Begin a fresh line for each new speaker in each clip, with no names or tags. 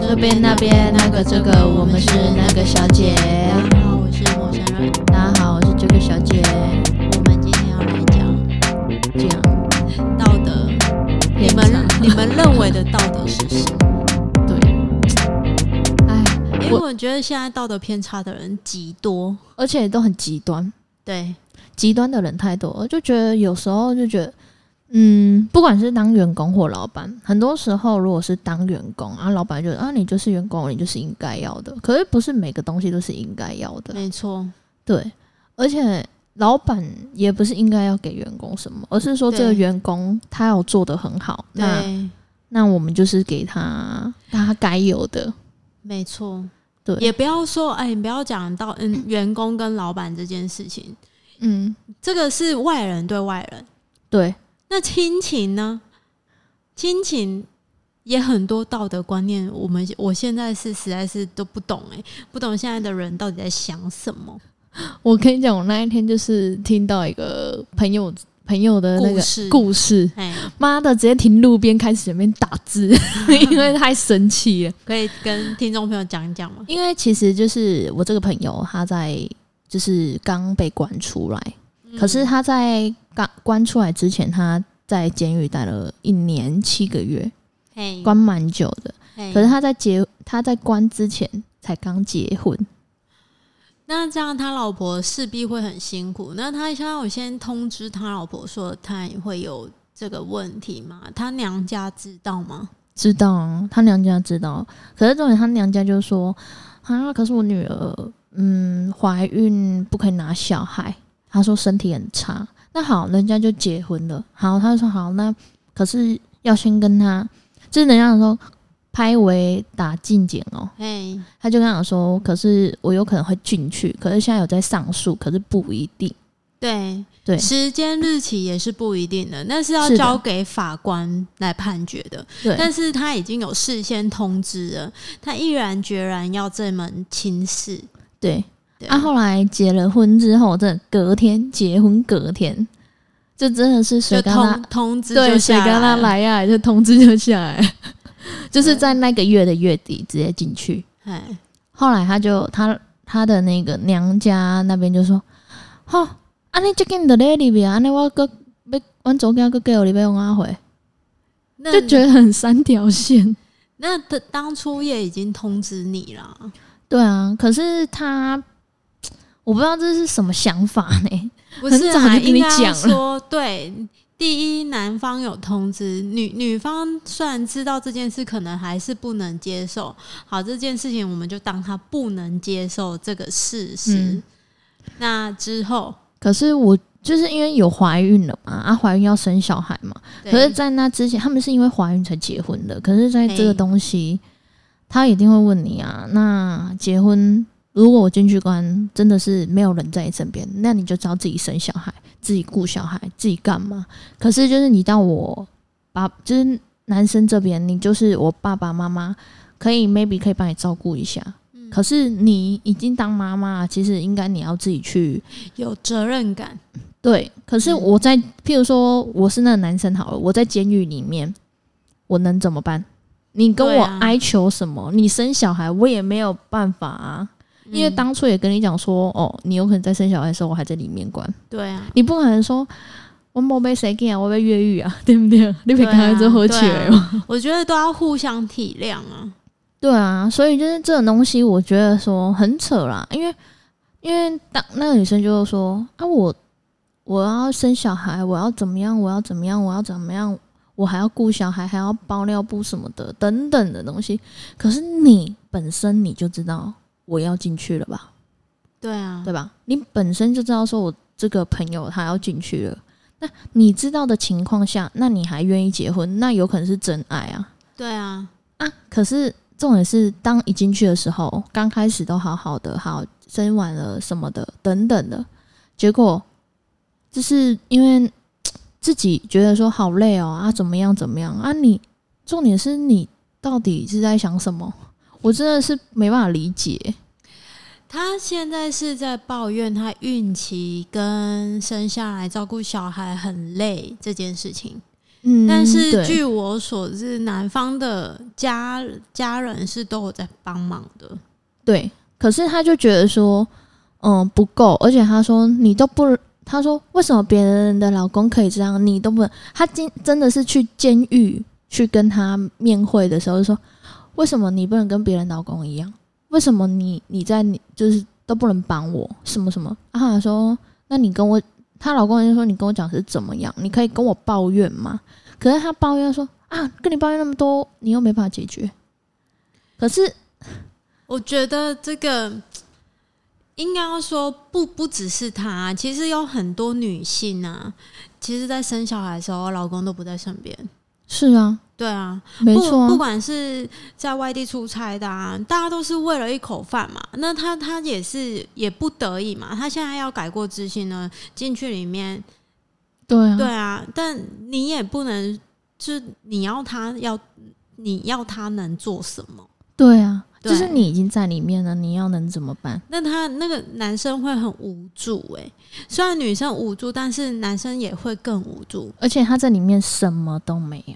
这边那边那个这个，我们是那个小姐。大家好，哎我是陌生人。大家好，我是这个小姐。我们今天要来讲讲
道德，你们你们认为的道德是什么？
对，哎，
因为
我
我觉得现在道德偏差的人极多，
而且都很极端，
对，
极端的人太多，我就觉得有时候就觉得。嗯，不管是当员工或老板，很多时候如果是当员工，啊，老板就啊，你就是员工，你就是应该要的。可是不是每个东西都是应该要的，
没错，
对，而且老板也不是应该要给员工什么，而是说这个
对
员工他有做的很好，那
对，
那我们就是给他他该有的。
没错，
对
也不要说，哎，你不要讲到嗯，员工跟老板这件事情，
嗯，
这个是外人对外人，
对，
那亲情呢？亲情也很多道德观念，我们我现在是实在是都不懂哎、不懂现在的人到底在想什么
我跟你讲，我那一天就是听到一个朋友朋友的那
故
个
事？
故事，
哎、
妈的，直接停路边开始里面打字， 因为太生气了。
可以跟听众朋友讲一讲吗？
因为其实就是我这个朋友，他在就是刚被关出来，可是他在刚关出来之前，他在监狱待了一年七个月，
嘿，
关蛮久的。
嘿
可是他在结他在关之前才刚结婚，
那这样他老婆势必会很辛苦。那他像我先通知他老婆说他也会有这个问题吗？他娘家知道吗？
知道啊，他娘家知道。可是重点，他娘家就说啊，可是我女儿嗯怀孕不可以拿小孩，他说身体很差。那好，人家就结婚了。好，他就说好，那可是要先跟他，就是人家说拍为打进检哦，
嘿，
他就跟他讲说，可是我有可能会进去，可是现在有在上诉，可是不一定。
对
对
时间日期也是不一定的，那是要
是的
交给法官来判决的。
对
但是他已经有事先通知了，他毅然决然要这门亲事。
对，
对，
啊，后来结了婚之后，真的隔天结婚，隔天就真的是谁
就
跟
通
他
通知
对
就
谁
下
跟他
了，嗯
来呀、就通知就下 来，就是在那个月的月底直接进去。
哎，
后来他就他他的那个娘家那边就说：“吼、哦，安尼最近的咧里边，安尼我个要阮总家个啊叫你要往阿回，
那
就觉得很三条线。”
那他当初也已经通知你了，
对啊，可是他我不知道这是什么想法呢？
不
很
是
早
啊？
就跟
应
你
该要
讲了
说对。第一，男方有通知，女女方虽然知道这件事，可能还是不能接受。好，这件事情我们就当他不能接受这个事实。
嗯
那之后，
可是我就是因为有怀孕了嘛，啊，怀孕要生小孩嘛。
对
可是，在那之前，他们是因为怀孕才结婚的。可是，在这
嘿
个东西，他一定会问你啊，那结婚如果我进去关，真的是没有人在你身边，那你就知道自己生小孩，自己顾小孩，自己干嘛？可是，就是你到我爸，就是男生这边，你就是我爸爸妈妈，可以 maybe 可以帮你照顾一下。
嗯
可是你已经当妈妈了，其实应该你要自己去
有责任感，
对，可是
嗯
我在，譬如说我是那个男生好了，我在监狱里面，我能怎么办？你跟
对
我
啊
哀求什么？你生小孩，我也没有办法啊。因为
嗯
当初也跟你讲说，哦，你有可能在生小孩的时候，我还在里面关，
对啊，
你不可能说我没被谁给啊，我被越狱啊，对不对？你被刚才就喝欸起来
对啊
嘛。
我觉得都要互相体谅啊。
对啊，所以就是这种东西，我觉得说很扯啦，因为因为当那个女生就说啊，我我要生小孩，我要怎么样，我要怎么样，我要怎么样，我还要顾小孩，还要包尿布什么的等等的东西。可是你本身你就知道我要进去了吧，
对啊，
对吧？你本身就知道说我这个朋友他要进去了。那你知道的情况下，那你还愿意结婚，那有可能是真爱啊。
对啊，
啊，可是重点是，当一进去的时候，刚开始都好好的，好生完了什么的等等的，结果就是因为自己觉得说好累哦啊，怎么样怎么样啊你，重点是你到底是在想什么？我真的是没办法理解。
他现在是在抱怨他孕期跟生下来照顾小孩很累这件事情，
嗯，
但是
对
据我所知，男方的家家人是都有在帮忙的。
对，可是他就觉得说，嗯，不够，而且他说你都不，他说为什么别人的老公可以这样，你都不能？他今真的是去监狱去跟他面会的时候就说，为什么你不能跟别人老公一样？为什么你你在你就是都不能帮我什么什么？啊，他说那你跟我，她老公就说你跟我讲是怎么样，你可以跟我抱怨吗？可是她抱怨说啊，跟你抱怨那么多，你又没办法解决。可是
我觉得这个应该要说不不只是她，其实有很多女性啊，其实在生小孩的时候，老公都不在身边。
是啊，
对啊，
没错、啊
不，不管是在外地出差的啊，大家都是为了一口饭嘛。那他他也是也不得已嘛，他现在要改过自新呢，进去里面，
对啊，
对啊，但你也不能，就是你要他要你要他能做什么？
对啊，
对
就是你已经在里面了，你要能怎么办？
那他那个男生会很无助诶、虽然女生无助，但是男生也会更无助。
而且他在里面什么都没有，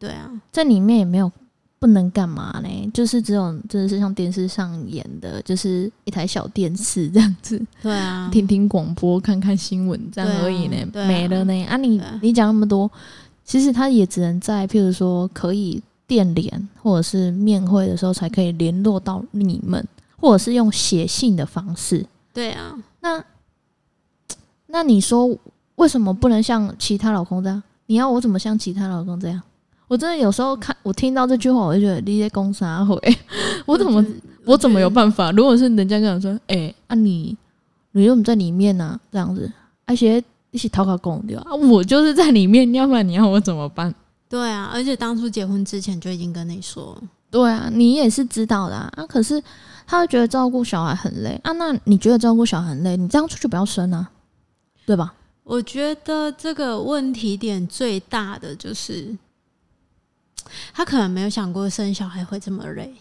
对啊，
在里面也没有不能干嘛呢？就是只有真的是像电视上演的，就是一台小电视这样子，
对啊，
听听广播、看看新闻这样
对啊
而已呢，
对啊
没了呢。啊你，
对啊
你讲那么多，其实他也只能在譬如说可以电联或者是面会的时候才可以联络到你们，或者是用写信的方式。
对啊，
那那你说为什么不能像其他老公这样？你要我怎么像其他老公这样？我真的有时候看我听到这句话，我就觉得你在攻啥回？ 我怎么我怎么有办法？如果是人家跟我说，哎、啊你你又不在里面呢、这样子，而且一起讨好公对吧？啊我就是在里面，要不然你要我怎么办？
对啊，而且当初结婚之前就已经跟你说了。
对啊，你也是知道的啊。啊可是他会觉得照顾小孩很累啊。那你觉得照顾小孩很累，你当初就不要生啊，对吧？
我觉得这个问题点最大的就是，他可能没有想过生小孩会这么累。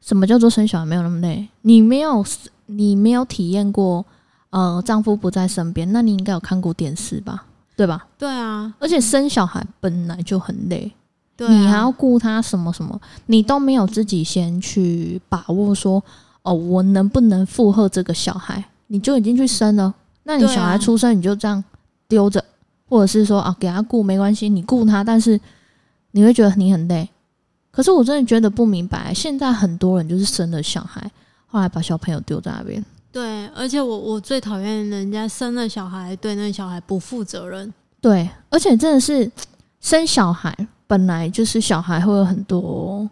什么叫做生小孩没有那么累？你没有你没有体验过，呃，丈夫不在身边，那你应该有看过电视吧？对吧？
对啊，
而且生小孩本来就很累，
对啊，
你还要顾他什么什么，你都没有自己先去把握说，哦，我能不能负荷这个小孩？你就已经去生了，那你
对啊
小孩出生你就这样丢着，或者是说啊，给他顾没关系，你顾他，但是你会觉得你很累。可是我真的觉得不明白，现在很多人就是生了小孩，后来把小朋友丢在那边。
对，而且我我最讨厌人家生了小孩对那小孩不负责任。
对，而且真的是生小孩，本来就是小孩会有很多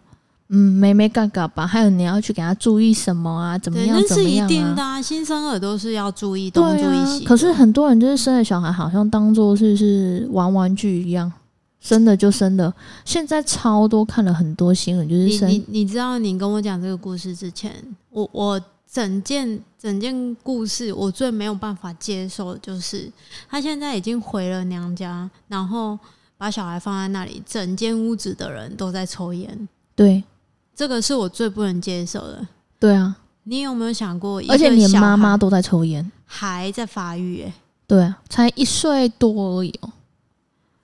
嗯没没嘎嘎吧，还有你要去给他注意什么啊，怎么
对，
样
那
怎么
是一
样
定的
啊。
啊，新生儿都是要注意东
对
注意
啊
西，的。
可是很多人就是生了小孩，好像当做是是玩玩具一样，生了就生了。现在超多看了很多新闻，就是
你
生
你你知道，你跟我讲这个故事之前，我我整件整件故事，我最没有办法接受的就是，她现在已经回了娘家，然后把小孩放在那里，整间屋子的人都在抽烟，
对
这个是我最不能接受的。
对啊，
你有没有想过，一
而且
个
连
小
妈妈
孩
都在抽烟，
还在发育、欸？
对啊，才一岁多而已哦。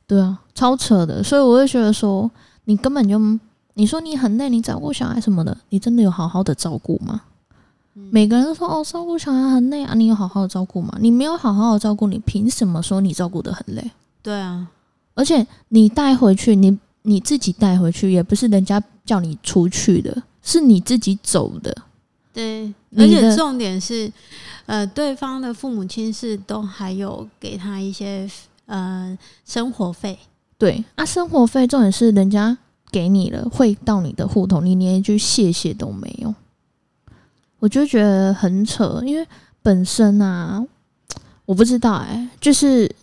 对啊，超扯的，所以我就觉得说，你根本就你说你很累，你照顾小孩什么的，你真的有好好的照顾吗？每个人都说哦，照顾小孩很累啊，你有好好的照顾吗？你没有好好的照顾，你凭什么说你照顾的很累？
对啊，
而且你带回去，你你自己带回去，也不是人家叫你出去的，是你自己走的。
对，而
你的
且重点是，呃，对方的父母亲是都还有给他一些呃生活费。
对啊，生活费重点是人家给你了，汇到你的户头，你连一句谢谢都没有，我就觉得很扯。因为本身啊，我不知道哎、就是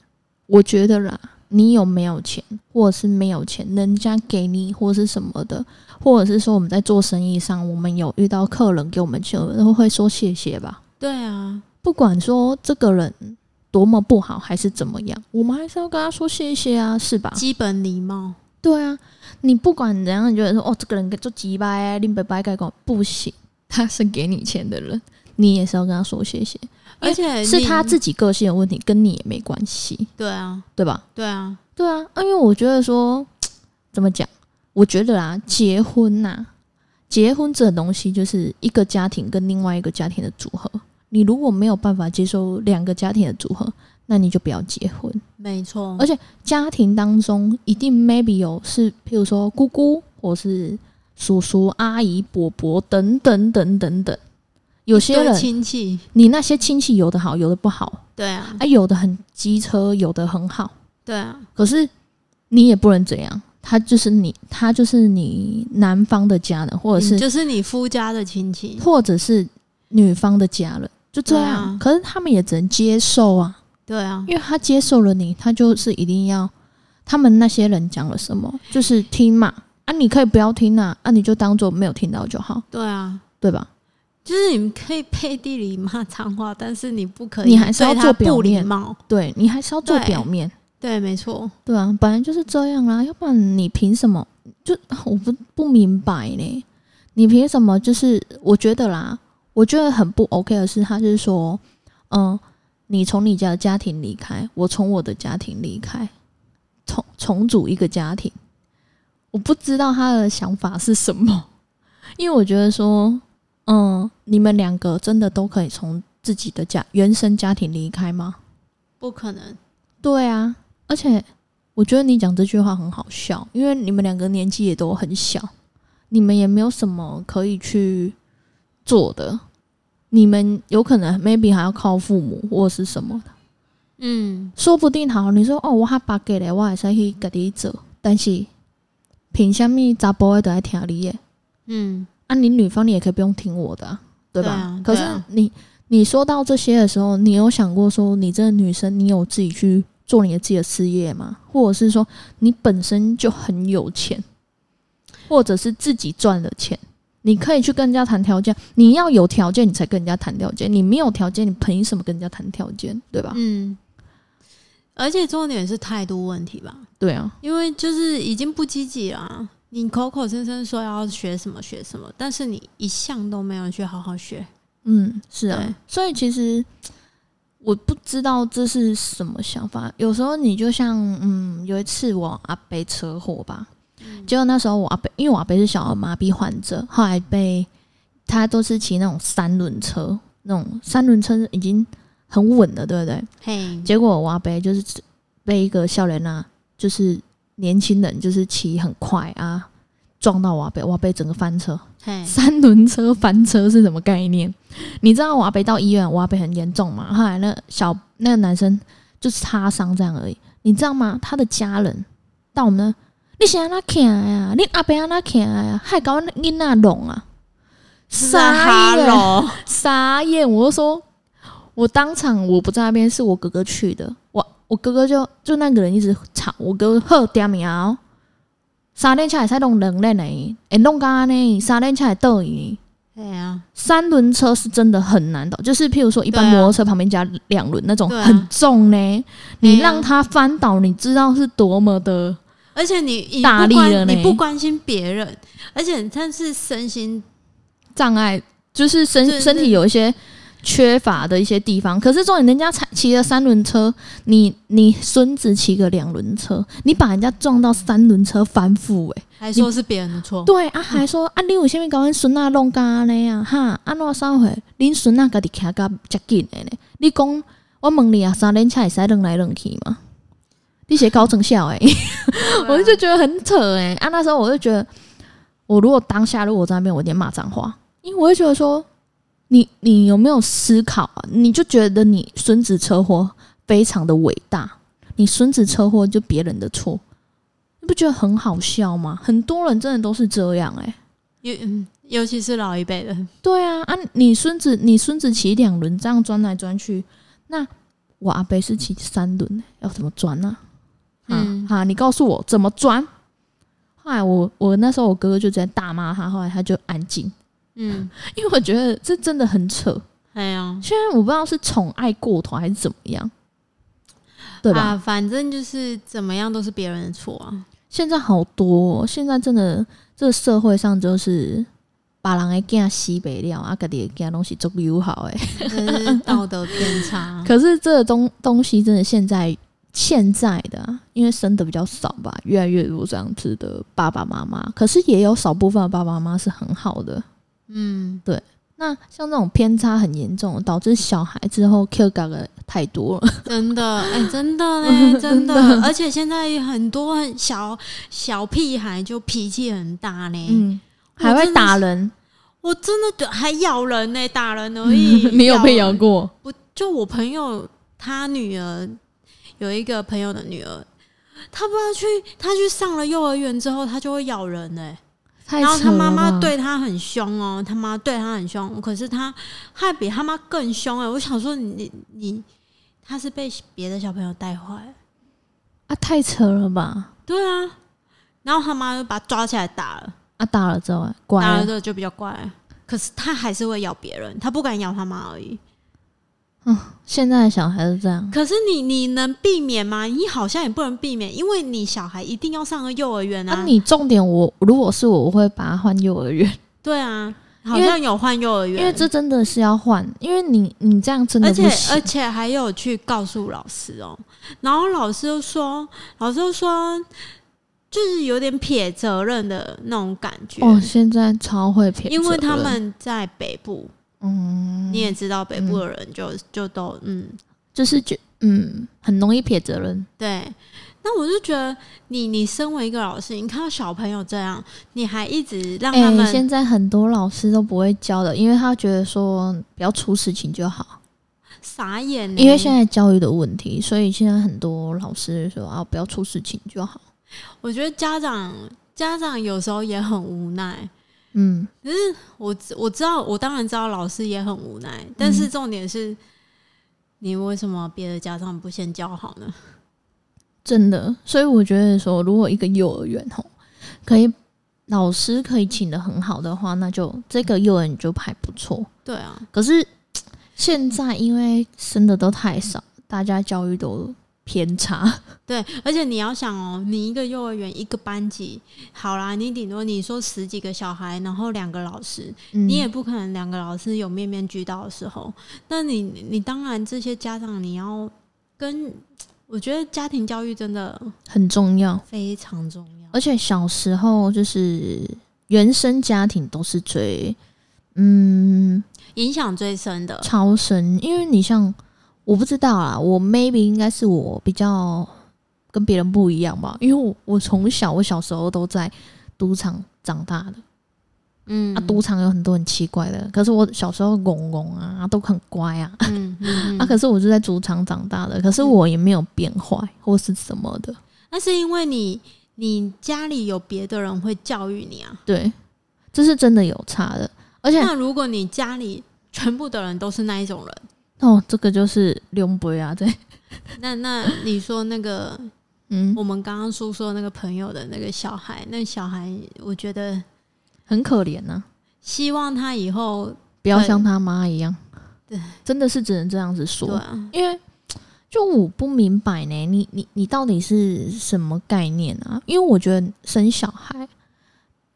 我觉得啦，你有没有钱，或者是没有钱，人家给你或是什么的，或者是说我们在做生意上，我们有遇到客人给我们钱，我们都会说谢谢吧。
对啊，
不管说这个人多么不好还是怎么样，我们还是要跟他说谢谢啊，是吧？
基本礼貌。
对啊，你不管怎样，你觉得说哦，这个人做鸡巴，你白白改搞不行，他是给你钱的人，你也是要跟他说谢谢，因为
而且
哎是他
你
自己个性的问题，跟你也没关系，
对啊，
对吧？
对啊，
对啊，啊因为我觉得说怎么讲，我觉得啊，结婚呐、结婚这东西就是一个家庭跟另外一个家庭的组合。你如果没有办法接受两个家庭的组合，那你就不要结婚。
没错
而，且家庭当中一定 maybe 有是，譬如说姑姑或是叔叔、阿姨、伯伯等等等等等。有些
对
人，
亲戚，
你那些亲戚有的好，有的不好，
对啊，
啊，有的很机车，有的很好。
对啊，
可是你也不能怎样，他就是你，他就是你男方的家人，或者
你
是、
就是你夫家的亲戚，
或者是女方的家人，就这
对
样。
啊
可是他们也只能接受啊。
对啊，
因为他接受了你，他就是一定要他们那些人讲了什么，就是听嘛。啊，你可以不要听啊，啊，你就当做没有听到就好，
对啊。
对吧？
就是你可以背地里骂脏话，但是你不可以，
你还是要做表
不礼
面
貌。
对你还是要做
对
表面，
对，没错，
对啊，本来就是这样啊啦，要不然你凭什么？就 我不不明白呢，你凭什么？就是我觉得啦，我觉得很不 OK 的是，他就是说，嗯，你从你家的家庭离开，我从我的家庭离开，重重组一个家庭，我不知道他的想法是什么， 因为我觉得说，嗯，你们两个真的都可以从自己的家原生家庭离开吗？
不可能。
对啊，而且我觉得你讲这句话很好笑，因为你们两个年纪也都很小，你们也没有什么可以去做的，你们有可能 maybe 还要靠父母或者是什么的，
嗯，
说不定好，你说哦，我还把给嘞，我还是去家己做，但是凭什么查甫的都爱听你的？
嗯，
啊，你女方你也可以不用听我的、啊，对吧？
对啊
可是
对啊
你你说到这些的时候，你有想过说，你这个女生，你有自己去做你的自己的事业吗？或者是说，你本身就很有钱，或者是自己赚了钱，你可以去跟人家谈条件。你要有条件，你才跟人家谈条件；你没有条件，你凭什么跟人家谈条件？对吧？
嗯，而且重点是态度问题吧，
对啊，
因为就是已经不积极了啊。你口口声声说要学什么学什么，但是你一项都没有去好好学。
嗯，是
对
啊，所以其实我不知道这是什么想法。有时候你就像，嗯，有一次我阿伯车祸吧，结果那时候我阿伯，因为我阿伯是小儿麻痹患者，后来被他都是骑那种三轮车，那种三轮车已经很稳了，对不对？
嘿，
结果我阿伯就是被一个笑脸啊，就是年轻人，就是骑很快啊，撞到我阿伯，我阿伯整个翻车。
嘿，
三轮车翻车是什么概念？你知道我阿北到医院，我阿北很严重嘛？后来那小那个男生就擦伤这样而已，你知道吗？他的家人到我们那，你想安那看呀？你阿北安那看呀？还搞你那弄啊？
是在哈
眼
喽，
傻眼！我就说，我当场我不在那边，是我哥哥去的。我我哥哥就就那个人一直吵，我哥喝点名哦，三天下来才弄人嘞呢，会欸弄干呢，三天下来倒呢。
对啊，
三轮车是真的很难倒，就是譬如说一般
对啊
摩托车旁边加两轮那种
对啊
很重呢，你
对啊
让它翻倒，你知道是多么的
而且你你
大
不
力
关
了呢
啊你不关心别人，而且但是身心
障碍，就是身
是
身体有一些缺乏的一些地方。可是重点，人家才骑了三轮车，你你孙子骑个两轮车，你把人家撞到三轮车翻覆、欸，
还说是别人的错，
对啊，还说、
嗯
啊，你有啥物甲阮孙仔弄干尼啊？哈，安怎三回？恁孙仔家己徛甲遮紧的呢？你讲，我问你啊，三轮车会使弄来弄去吗？你写高成效诶、
对啊
我就觉得很扯哎、啊，那时候我就觉得，我如果当下如果我在那边，我一定骂脏话，因为我会觉得说，你你有没有思考啊？你就觉得你孙子车祸非常的伟大，你孙子车祸就别人的错，你不觉得很好笑吗？很多人真的都是这样哎、
尤嗯尤其是老一辈的，
对啊，啊，你孙子你孙子骑两轮这样钻来钻去，那我阿伯是骑三轮，欸要怎么钻呢、啊？
嗯
啊，你告诉我怎么钻？后来我我那时候我哥哥就直接大骂他，后来他就安静，
嗯，
因为我觉得这真的很扯。
哎呀，
虽然我不知道是宠爱过头还是怎么样，对吧？
啊，反正就是怎么样都是别人的错啊，
现在好多、哦，现在真的这个社会上就是把人的囝西北料啊，家己的囝东西足友好诶。
这是道德偏差。
可是这个东东西真的现在现在的啊、因为生的比较少吧，越来越多这样子的爸爸妈妈。可是也有少部分的爸爸妈妈是很好的。
嗯，
那像这种偏差很严重，导致小孩之后 Q 嘎的太多了。
真的，哎、真的 嘞，真的，而且现在很多很小小屁孩就脾气很大嘞，
嗯，
我
还会
真的
打
是
人。。
我真的觉得还咬人呢、打人而已
你有被咬
人？
过？
我就我朋友他女儿有一个朋友的女儿，她不知道去，她去上了幼儿园之后，她就会咬人呢、
太
然后她
扯了
妈妈
吧
对她很凶哦，她妈对她很凶，可是她还比她妈更凶哎、我想说你你你，她是被别的小朋友带坏了，
啊，太扯了吧？
对啊。然后她妈就把她抓起来打了，
啊，打了之后乖
打
了
了之后就比较乖。可是她还是会咬别人，她不敢咬她妈而已。
现在的小孩是这样，
可是你你能避免吗？你好像也不能避免，因为你小孩一定要上个幼儿园啊
那、啊你重点我如果是我，我会把它换幼儿园，
对啊，
为
好像有换幼儿园，
因为这真的是要换，因为你你这样真的
而
不
且而
行。
且还有去告诉老师哦、然后老师就说，老师就说，就是有点撇责任的那种感觉，
哦，现在超会骗责任，
因为他们在北部，
嗯，
你也知道北部的人就、就都嗯
就是觉嗯很容易撇责任，
对，那我就觉得你，你身为一个老师，你看到小朋友这样，你还一直让
哎、
他们、
现在很多老师都不会教的，因为他觉得说不要出事情就好，
傻眼呢、
因为现在教育的问题，所以现在很多老师说啊不要出事情就好，
我觉得家长家长有时候也很无奈。
嗯，
我知我知道，我当然知道老师也很无奈，但是重点是，你为什么别的家长不先教好呢？
真的，所以我觉得说，如果一个幼儿园吼，可以老师可以请的很好的话，那就这个幼儿园就还不错。
对啊，
可是现在因为生的都太少，大家教育都偏差，
对，而且你要想哦，你一个幼儿园一个班级，好啦，你顶多你说十几个小孩，然后两个老师，
嗯
你也不可能两个老师有面面俱到的时候。那你你当然这些家长你要跟，我觉得家庭教育真的
很重要。
非常重要。
而且小时候就是原生家庭都是最嗯
影响最深的，
超生，因为你像我不知道啊，我 maybe 应该是我比较跟别人不一样吧，因为我我从小我小时候都在赌场长大的，
嗯
啊，赌场有很多很奇怪的，可是我小时候拱拱啊都很乖啊，
嗯嗯
啊，可是我就在赌场长大的，可是我也没有变坏或是什么的，
那是因为你你家里有别的人会教育你啊。
对，这是真的有差的，而且
那如果你家里全部的人都是那一种人，
哦，这个就是刘杯啊，对，
那那你说那个
嗯，
我们刚刚说说那个朋友的那个小孩，那小孩，我觉得
很可怜呐、
希望他以后
不要
对
像他妈一样，
对，
真的是只能这样子说
对，啊，
因为就我不明白呢，你你你到底是什么概念啊？因为我觉得生小孩，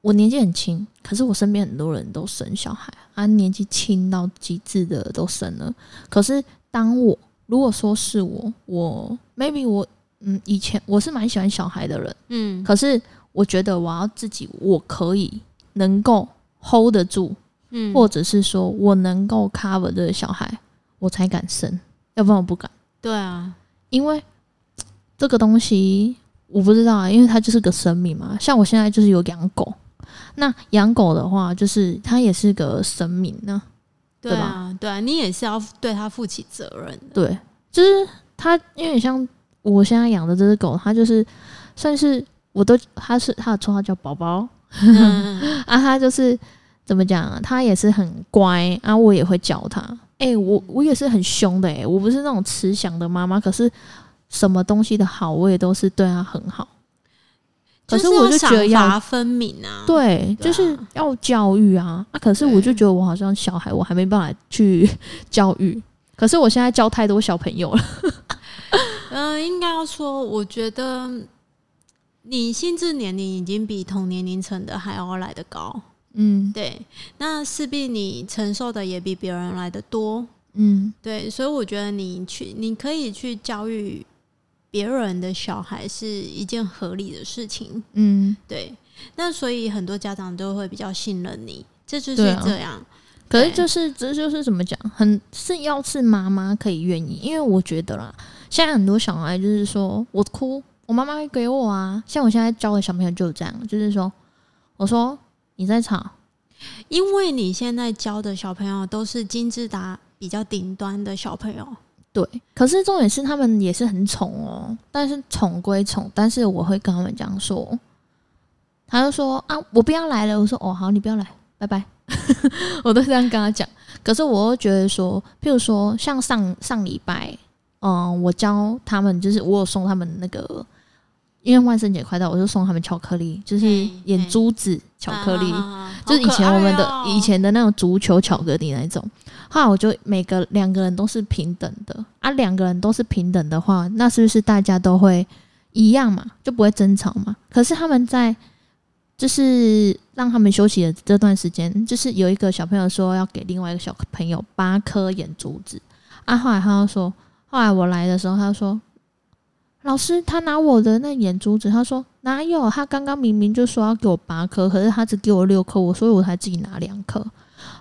我年纪很轻，可是我身边很多人都生小孩啊，年纪轻到极致的都生了。可是当我如果说是我，我 maybe 我嗯，以前我是蛮喜欢小孩的人，
嗯
可是我觉得我要自己，我可以能够 hold 得住，
嗯，
或者是说我能够 cover 这个小孩，我才敢生，要不然我不敢。
对啊，
因为这个东西我不知道啊，因为它就是个生命嘛。像我现在就是有养狗，那养狗的话，就是它也是个生命呢、
对啊，对啊，你也是要对他负起责任 的。
对，就是它有点像我现在养的这只狗，它就是算是我都它是它的绰号叫宝宝
嗯
啊，它就是怎么讲啊，它也是很乖啊，我也会教它。哎、我我也是很凶的哎、我不是那种慈祥的妈妈，可是什么东西的好，我也都是对它很好。可是
是
我就觉得要
要赏罚分明啊。
对，就
对啊
是要教育啊啊！可是我就
对
觉得我好像小孩，我还没办法去 教育。可是我现在教太多小朋友了，
嗯、应该要说，我觉得你心智年龄已经比同年龄层的还要来得高，
嗯
对，那势必你承受的也比别人来得多，
嗯，
对，所以我觉得你去，你可以去教育别人的小孩是一件合理的事情。
嗯，
对，那所以很多家长都会比较信任你，这就是
对啊
这样。
可是
对
就是这就是怎么讲，很是要是妈妈可以愿意，因为我觉得啦，现在很多小孩就是说我哭，我妈妈会给我啊。像我现在教的小朋友就是这样，就是说，我说你在吵，
因为你现在教的小朋友都是金字塔比较顶端的小朋友，
对，可是重点是他们也是很宠哦，但是宠归宠，但是我会跟他们讲说，他就说啊，我不要来了。我说哦，好，你不要来，拜拜。 我都这样跟他讲。可是我又觉得说，譬如说像上上礼拜，嗯，我教他们，就是我有送他们那个，因为万圣节快到，我就送他们巧克力，就是
嗯
眼
嗯
珠子巧克力。
啊
就是以前我们的、
好可爱哦
以前的那种足球巧克力那一种。后来我就每个两个人都是平等的啊，两个人都是平等的话，那是不是大家都会一样嘛，就不会争吵嘛？可是他们在就是让他们休息的这段时间，就是有一个小朋友说要给另外一个小朋友八颗眼珠子啊，后来他就说，后来我来的时候，他就说。老师，他拿我的那眼珠子，他说哪有？他刚刚明明就说要给我八颗，可是他只给我六颗，我所以我才自己拿两颗。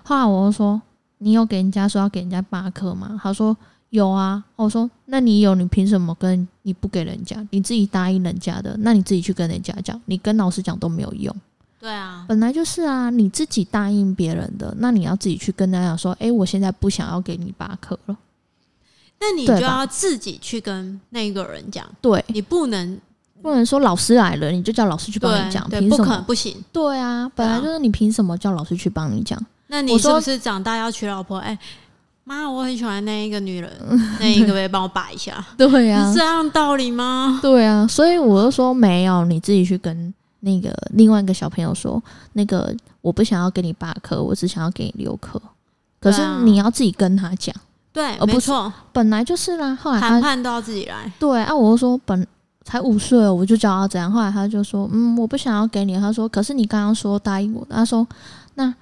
后来我就说，你有给人家说要给人家八颗吗？他说有啊。我说那你有，你凭什么跟你不给人家？你自己答应人家的，那你自己去跟人家讲，你跟老师讲都没有用。
对啊，
本来就是啊，你自己答应别人的，那你要自己去跟他讲说，诶、我现在不想要给你八颗了。
那你就
对吧
要自己去跟那个人讲，
对，
你不能
不能说老师来了，你就叫老师去帮你讲，
对对，
凭
不
什
可
么
能？不行。
对啊，本来就是你凭什么叫老师去帮你讲？
那你
我
是不
说
是长大要娶老婆？哎、妈，我很喜欢那一个女人， 那一个可不可以帮我摆一下？
对啊
是这样道理 吗？
对啊，所以我就说没有，你自己去跟那个另外一个小朋友说，那个我不想要给你八颗，我只想要给你六颗。可
对
是
啊
你要自己跟他讲，
对，
哦而不
没
是
错，
本来就是啦。后来
谈
他
判都要自己来。
对啊，我就说本才五岁哦，我就教他怎样。后来他就说，嗯，我不想要给你。他说，可是你刚刚说答应我的，他说那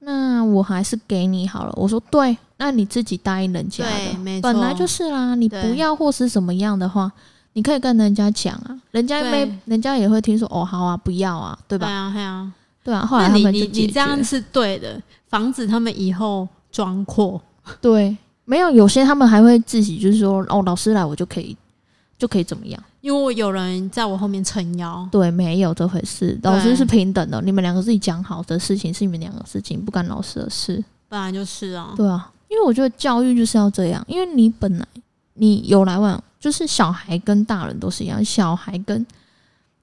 那我还是给你好了。我说对，那你自己答应人家
对，
的，
没错，
本来就是啦。你
对
不要或是怎么样的话，你可以跟人家讲啊，人家
对
没，人家也会听说哦，好啊，不要啊，对
对
吧？
啊，对啊。
对啊，后来
那
他
你
们就
你
解
你
决
这样是对的，防止他们以后装阔。
对，没有有些他们还会自己就是说哦，老师来我就可以就可以怎么样。
因为我有人在我后面撑腰，
对，没有这回事，
对
老师是平等的，你们两个自己讲好的事情是你们两个事情，不干老师的事。
本来就是啊，
对啊，因为我觉得教育就是要这样，因为你本来你有来往，就是小孩跟大人都是一样，小孩跟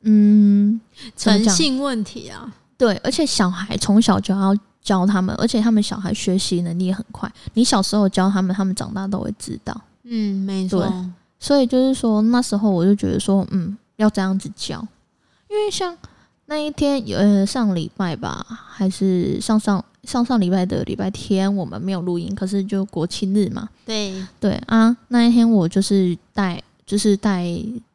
嗯怎么
诚
讲
信问题啊，
对，而且小孩从小就要教他们，而且他们小孩学习能力也很快，你小时候教他们，他们长大都会知道。
嗯，没错
对，所以就是说，那时候我就觉得说，嗯，要这样子教，因为像那一天，呃，上礼拜吧，还是上上上上礼拜的礼拜天，我们没有录音，可是就国庆日嘛，
对，
对啊，那一天我就是带，就是带，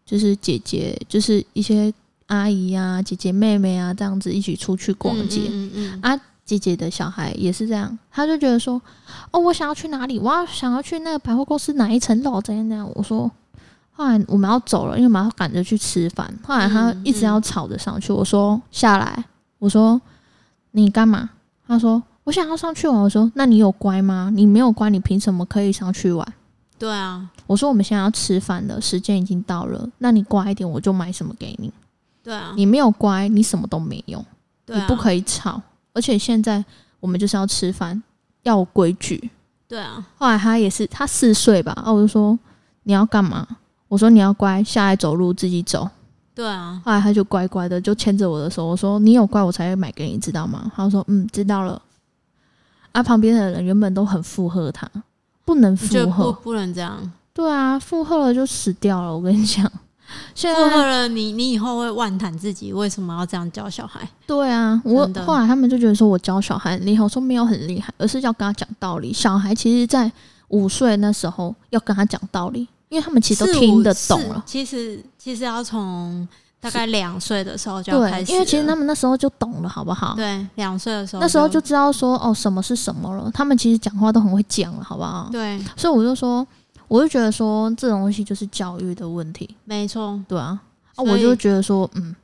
就是姐姐，就是一些阿姨啊、姐姐妹妹啊这样子一起出去逛街，
嗯嗯嗯
啊姐姐的小孩也是这样，他就觉得说，哦，我想要去哪里，我要想要去那个百货公司哪一层楼，怎样怎样。我说，后来我们要走了，因为我们要赶着去吃饭。后来他
嗯
一直要
嗯
吵着上去，我说下来，我说你干嘛？他说我想要上去玩。我说那你有乖吗？你没有乖，你凭什么可以上去玩？
对啊，
我说我们现在要吃饭了，时间已经到了，那你乖一点，我就买什么给你。
对啊，
你没有乖，你什么都没有。
对
你
啊，
不可以吵。而且现在我们就是要吃饭，要有规矩。
对啊，
后来他也是，他四岁吧，啊，我就说你要干嘛？我说你要乖，下来走路自己走。
对啊，
后来他就乖乖的就牵着我的手，我说你有乖我才会买给你，知道吗？他说嗯，知道了。啊，旁边的人原本都很附和他，不能
就
附
不
和，
不能这样，
对啊，附和了就死掉了。我跟你讲，现
附
在
和了你，你以后会万谈自己为什么要这样教小孩，
对啊，我
真的
后来他们就觉得说我教小孩很厉害，我说没有很厉害，而是要跟他讲道理。小孩其实，在五岁那时候要跟他讲道理，因为他们其实
四
都
五
听得懂
四
了。
其实其实要从大概两岁的时候就要
对
开，始了，
因为其实他们那时候就懂了，好不好？
对两岁的时候，
那时候就知道说哦什么是什么了。他们其实讲话都很会讲了，好不好？
对
所以我就说，哦我就觉得说这种东西就是教育的问题，
没错，
对啊，啊，
所以
我就觉得说，嗯，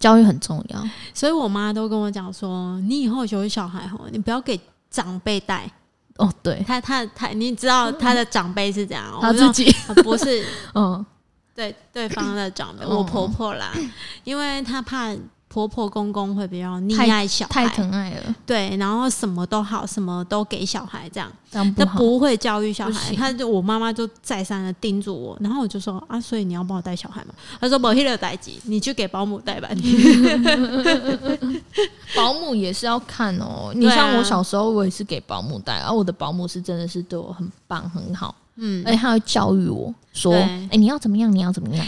教育很重要，
所以我妈都跟我讲说，你以后有小孩吼，你不要给长辈带。
哦，对
她她她，你知道她的长辈是怎样？
他
我
自
说
己，
啊不是
嗯，
对对方的长辈，
哦
我婆婆啦，因为她怕婆婆公公会比较溺
太
爱小
太
孩，
疼爱了，
对，然后什么都好，什么都给小孩这样，
这样不
她
好，
不会教育小
不
孩。
行
她就我妈妈就再三的叮嘱我，然后我就说啊，所以你要帮我带小孩嘛？她说不，黑了代级，你去给保姆带吧。 你
保姆也是要看哦。你
对啊
像我小时候，我也是给保姆带，啊而、我的保姆是真的是对我很棒很好，
嗯
而，且他会教育我说，
对
哎、你要怎么样，你要怎么样。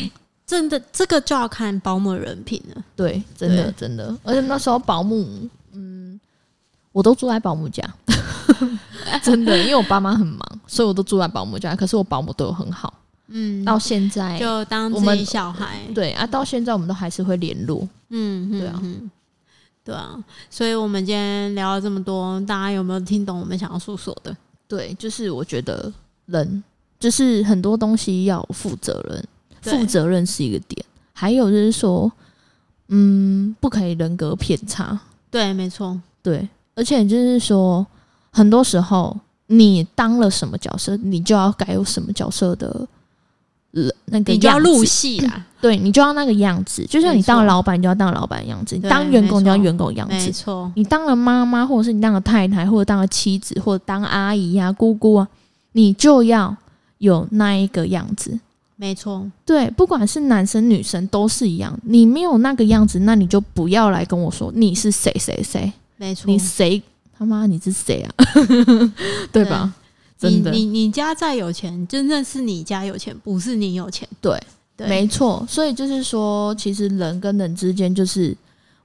真的这个就要看保姆人品了。
对，真的
对
真的，而且那时候保姆，嗯，我都住在保 姆家，真的，因为我爸妈很忙，所以我都住在保姆家。可是我保姆对我很好，
嗯，
到现在，
就
哎
当
我
自己
们
小孩。
对啊，到现在我们都还是会联络。
嗯，嗯
对啊
嗯对啊，所以我们今天聊了这么多，大家有没有听懂我们想要诉说的？
对，就是我觉得人就是很多东西要负责任，
对
负责任是一个点，还有就是说，嗯，不可以人格偏差，
对，没错，
对，而且就是说，很多时候你当了什么角色，你就要改有什么角色的。呃，那个
你就要
样子
入戏 啦，
对你就要那个样子，就像你
没错
当老板，你就要当老板的样子；你
对
当员工，
没
你就要
错
员工的样子
没。错，
你当了妈妈，或者是你当了太太，或者当了妻子，或者当阿姨呀、姑姑啊，你就要有那一个样子。
没错，
对，不管是男生女生都是一样，你没有那个样子，那你就不要来跟我说你是谁谁谁，
没错，
你谁他妈你是谁啊， 对吧？
你
真的
你你家再有钱，真正是你家有钱，不是你有钱。
对，
对，
没错。所以就是说，其实人跟人之间，就是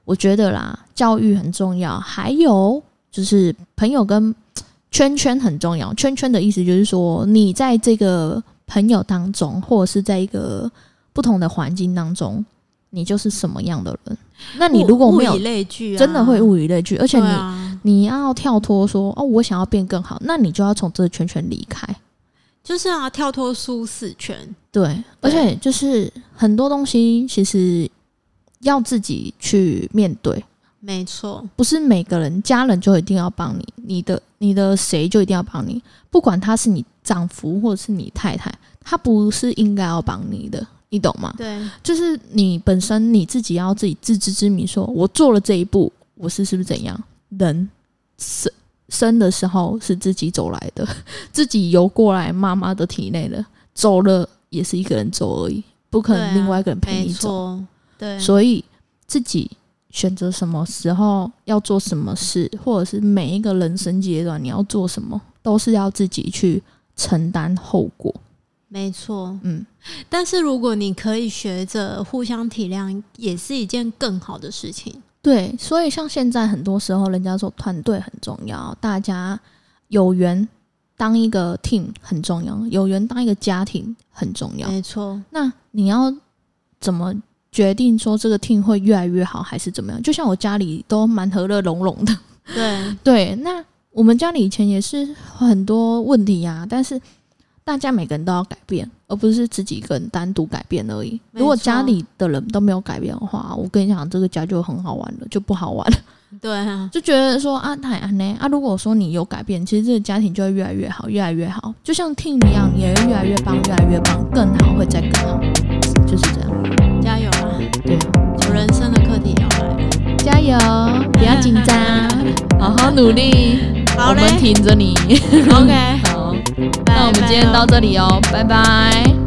我觉得啦，教育很重要，还有就是朋友跟呃圈圈很重要。圈圈的意思就是说，你在这个朋友当中，或者是在一个不同的环境当中，你就是什么样的人。 那你
物
如果没
物以
有，
类聚、啊，
真的会物以类聚，而且你、
对啊，
你要跳脱说哦，我想要变更好，那你就要从这个圈圈离开。
就是啊，跳脱舒适圈，
对，而且就是很多东西其实要自己去面对，
没错，
不是每个人家人就一定要帮你，你的你的谁就一定要帮你，不管他是你丈夫或者是你太太，他不是应该要帮你的，你懂吗？
对，
就是你本身你自己要自己自知之明说我做了这一步，我是是不是怎样？人生生的时候是自己走来的， 自己游过来妈妈的体内的，走了也是一个人走而已，不可
对
能
啊
另外一个人陪
没
你走。
错，对，
所以自己选择什么时候要做什么事，或者是每一个人生阶段你要做什么，都是要自己去承担后果。
没错。
嗯，
但是如果你可以学着互相体谅，也是一件更好的事情。
对，所以像现在很多时候，人家说团队很重要，大家有缘当一个 team 很重要，有缘当一个家庭很重要。
没错，
那你要怎么决定说这个 team 会越来越好，还是怎么样？就像我家里都蛮和乐融融的，
对，
对。那我们家里以前也是很多问题啊，但是大家每个人都要改变，而不是自己一个人单独改变而已。
没
如果
错
家里的人都没有改变的话，我跟你讲，这个家就很好玩了，就不好玩了。
对啊，
就觉得说啊，太安呢啊，如果说你有改变，其实这个家庭就会越来越好，越来越好，就像 team 一样，也会越来越棒，越来越棒，更好，会再更好，就是这样，
加油啊！
对啊，
有人生的课题也要来了。
加油，不要紧张， 好好努力，
好
我
嘞
们挺着你。
，OK，
好，
拜
那我们今天
拜
到
哦
这里哦，拜拜